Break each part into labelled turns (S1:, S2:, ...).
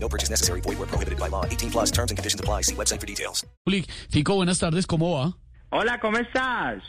S1: No purchase necessary. Void where prohibited by law. 18 plus terms and conditions apply. See website for details.
S2: Public. Fico, buenas tardes, ¿cómo va?
S3: Hola, ¿cómo estás?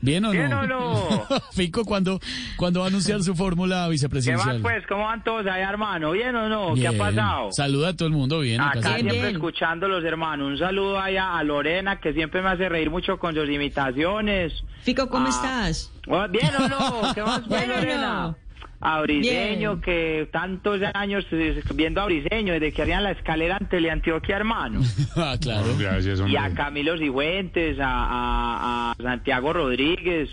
S2: ¿Bien o no?
S3: ¿Bien o no?
S2: Fico, ¿cuándo, cuándo va a anunciar su fórmula
S3: ¿Qué más
S2: vicepresidencial?
S3: pues? ¿Cómo van todos allá, hermano? ¿Bien o no? ¿Qué
S2: Bien.
S3: ha pasado?
S2: Saluda a todo el mundo, bien. acá
S3: Acá
S2: se-
S3: siempre escuchándolos, hermano. Un saludo allá a Lorena, que siempre me hace reír mucho con sus imitaciones.
S4: Fico, ¿cómo
S3: Ah.
S4: estás?
S3: Bueno, ¿Bien o no? ¿Qué más pues,
S4: Bien o
S3: Lorena?
S4: no.
S3: A Briseño,
S4: Bien.
S3: que tantos años eh, viendo a Briseño desde que harían la escalera ante Antioquia, hermano.
S2: Ah, claro.
S5: Gracias,
S3: Y
S5: hombre.
S3: a Camilo Sigüentes, a, a- a Santiago Rodríguez,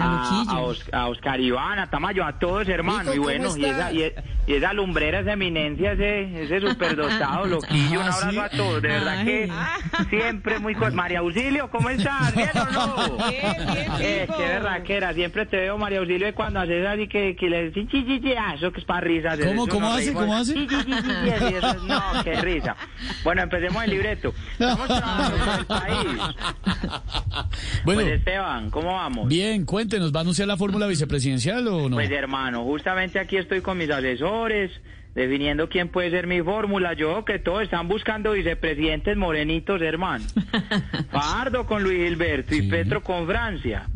S3: a,
S4: A
S3: a Os- a Oscar Iván, a Tamayo, a todos, hermano. Y bueno, y esa, y, e- y esa lumbrera, esa eminencia, ese, ese superdotado, loquillo. Un
S2: Ah,
S3: abrazo
S2: ¿sí?
S3: a todos, de verdad
S4: Ay.
S3: que siempre muy. co- María Auxilio, ¿cómo estás? ¿Bien o no?
S4: Bien, bien,
S3: Eh,
S4: Fico.
S3: qué berraquera, siempre te veo, María Auxilio, y cuando haces así que, que le decís chi, chi, chi, ah, eso que es para risas.
S2: ¿Cómo,
S3: eso
S2: cómo
S3: nos
S2: hace,
S3: reímos.
S2: cómo hace?
S3: Chi, chi, chi, chi, chi, así, eso es- no, qué risa. Bueno, empecemos el libreto. Estamos trabajando por el país.
S2: Bueno,
S3: Pues Esteban, ¿cómo vamos?
S2: bien, cuéntenos, ¿va a anunciar la fórmula vicepresidencial o no?
S3: Pues hermano, justamente aquí estoy con mis asesores, definiendo quién puede ser mi fórmula. Yo que todos están buscando vicepresidentes morenitos, hermano. Pardo con Luis Gilberto y Petro con Francia.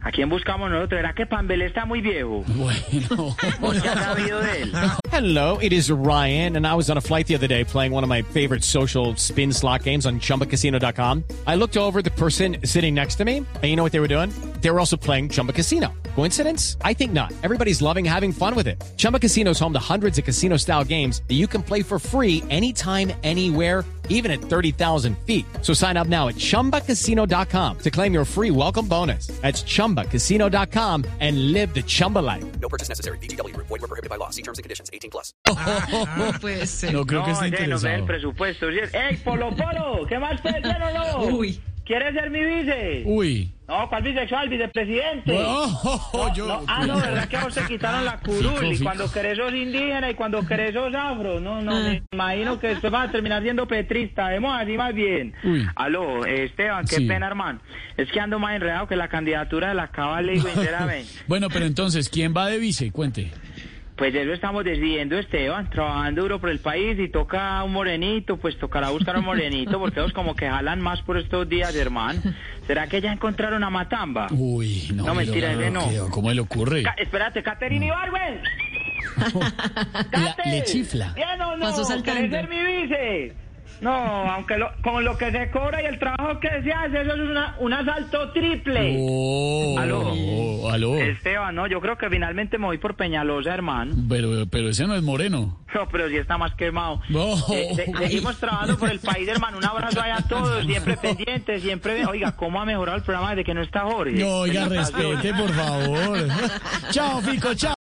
S3: ¿A quién buscamos nosotros? ¿Era que Pambelé está muy viejo?
S2: Bueno.
S3: ¿Vos qué has sabido de él?
S6: Hello, it is Ryan, and I was on a flight the other day playing one of my favorite social spin slot games on chumbacasino.com. I looked over at the person sitting next to me, and you know what they were doing? They were also playing Chumba Casino. Coincidence? I think not. Everybody's loving having fun with it. Chumba Casino is home to hundreds of casino style games that you can play for free anytime, anywhere, even at 30,000 feet. So sign up now at chumbacasino.com to claim your free welcome bonus. That's chumbacasino.com and live the Chumba life.
S7: No purchase necessary. VGW Group. Void were prohibited by law. See terms and conditions. 18 plus.
S4: No puede ser.
S2: No creo
S3: no,
S2: que esté
S3: ese no ve el
S2: interesado.
S3: presupuesto. ¿sí? ¡Ey, Polo Polo! ¿Qué más puede ser o no?
S4: Uy.
S3: ¿Quieres ser mi vice?
S2: Uy.
S3: No, ¿cuál bisexual? Vicepresidente.
S2: Oh, yo-
S3: No, ah, no, ¿verdad que a vos te quitaron la curul?
S2: Fico,
S3: Y
S2: fico.
S3: cuando querés sos indígena y cuando querés sos afro. No, no, me imagino que después vas a terminar siendo petrista. Vemos así más bien.
S2: Uy.
S3: Aló, eh, Esteban, qué
S2: Sí.
S3: pena, hermano. Es que ando más enredado que la candidatura de la Cava, le digo sinceramente.
S2: Bueno, pero entonces, ¿quién va de vice? Cuente.
S3: Pues de eso estamos decidiendo, Esteban, trabajando duro por el país y toca un morenito, pues tocará buscar un morenito porque ellos como que jalan más por estos días, hermano. ¿Será que ya encontraron a Matamba?
S2: Uy, no.
S3: No,
S2: pero-
S3: mentira, ese no.
S2: pero ¿Cómo le ocurre?
S3: Ca- espérate, Caterina Ibarwen.
S2: La- le chifla.
S3: ¿Bien o no?
S4: Pasó saltando.
S3: ¿Querés ser mi vice? No, aunque lo- con lo que se cobra y el trabajo que se hace, eso es una- un asalto triple.
S2: Oh,
S3: Aló.
S2: aló.
S3: Esteban, no, yo creo que finalmente me voy por Peñalosa, hermano.
S2: Pero, pero ese no es moreno.
S3: No, pero sí está más quemado.
S2: No.
S3: Eh, se- seguimos trabajando por el país, hermano. Un abrazo allá a todos, siempre pendientes, siempre... Oiga, ¿cómo ha mejorado el programa desde que no está Jorge?
S2: No,
S3: eh,
S2: oiga, respete, por favor. chao, Fico, chao.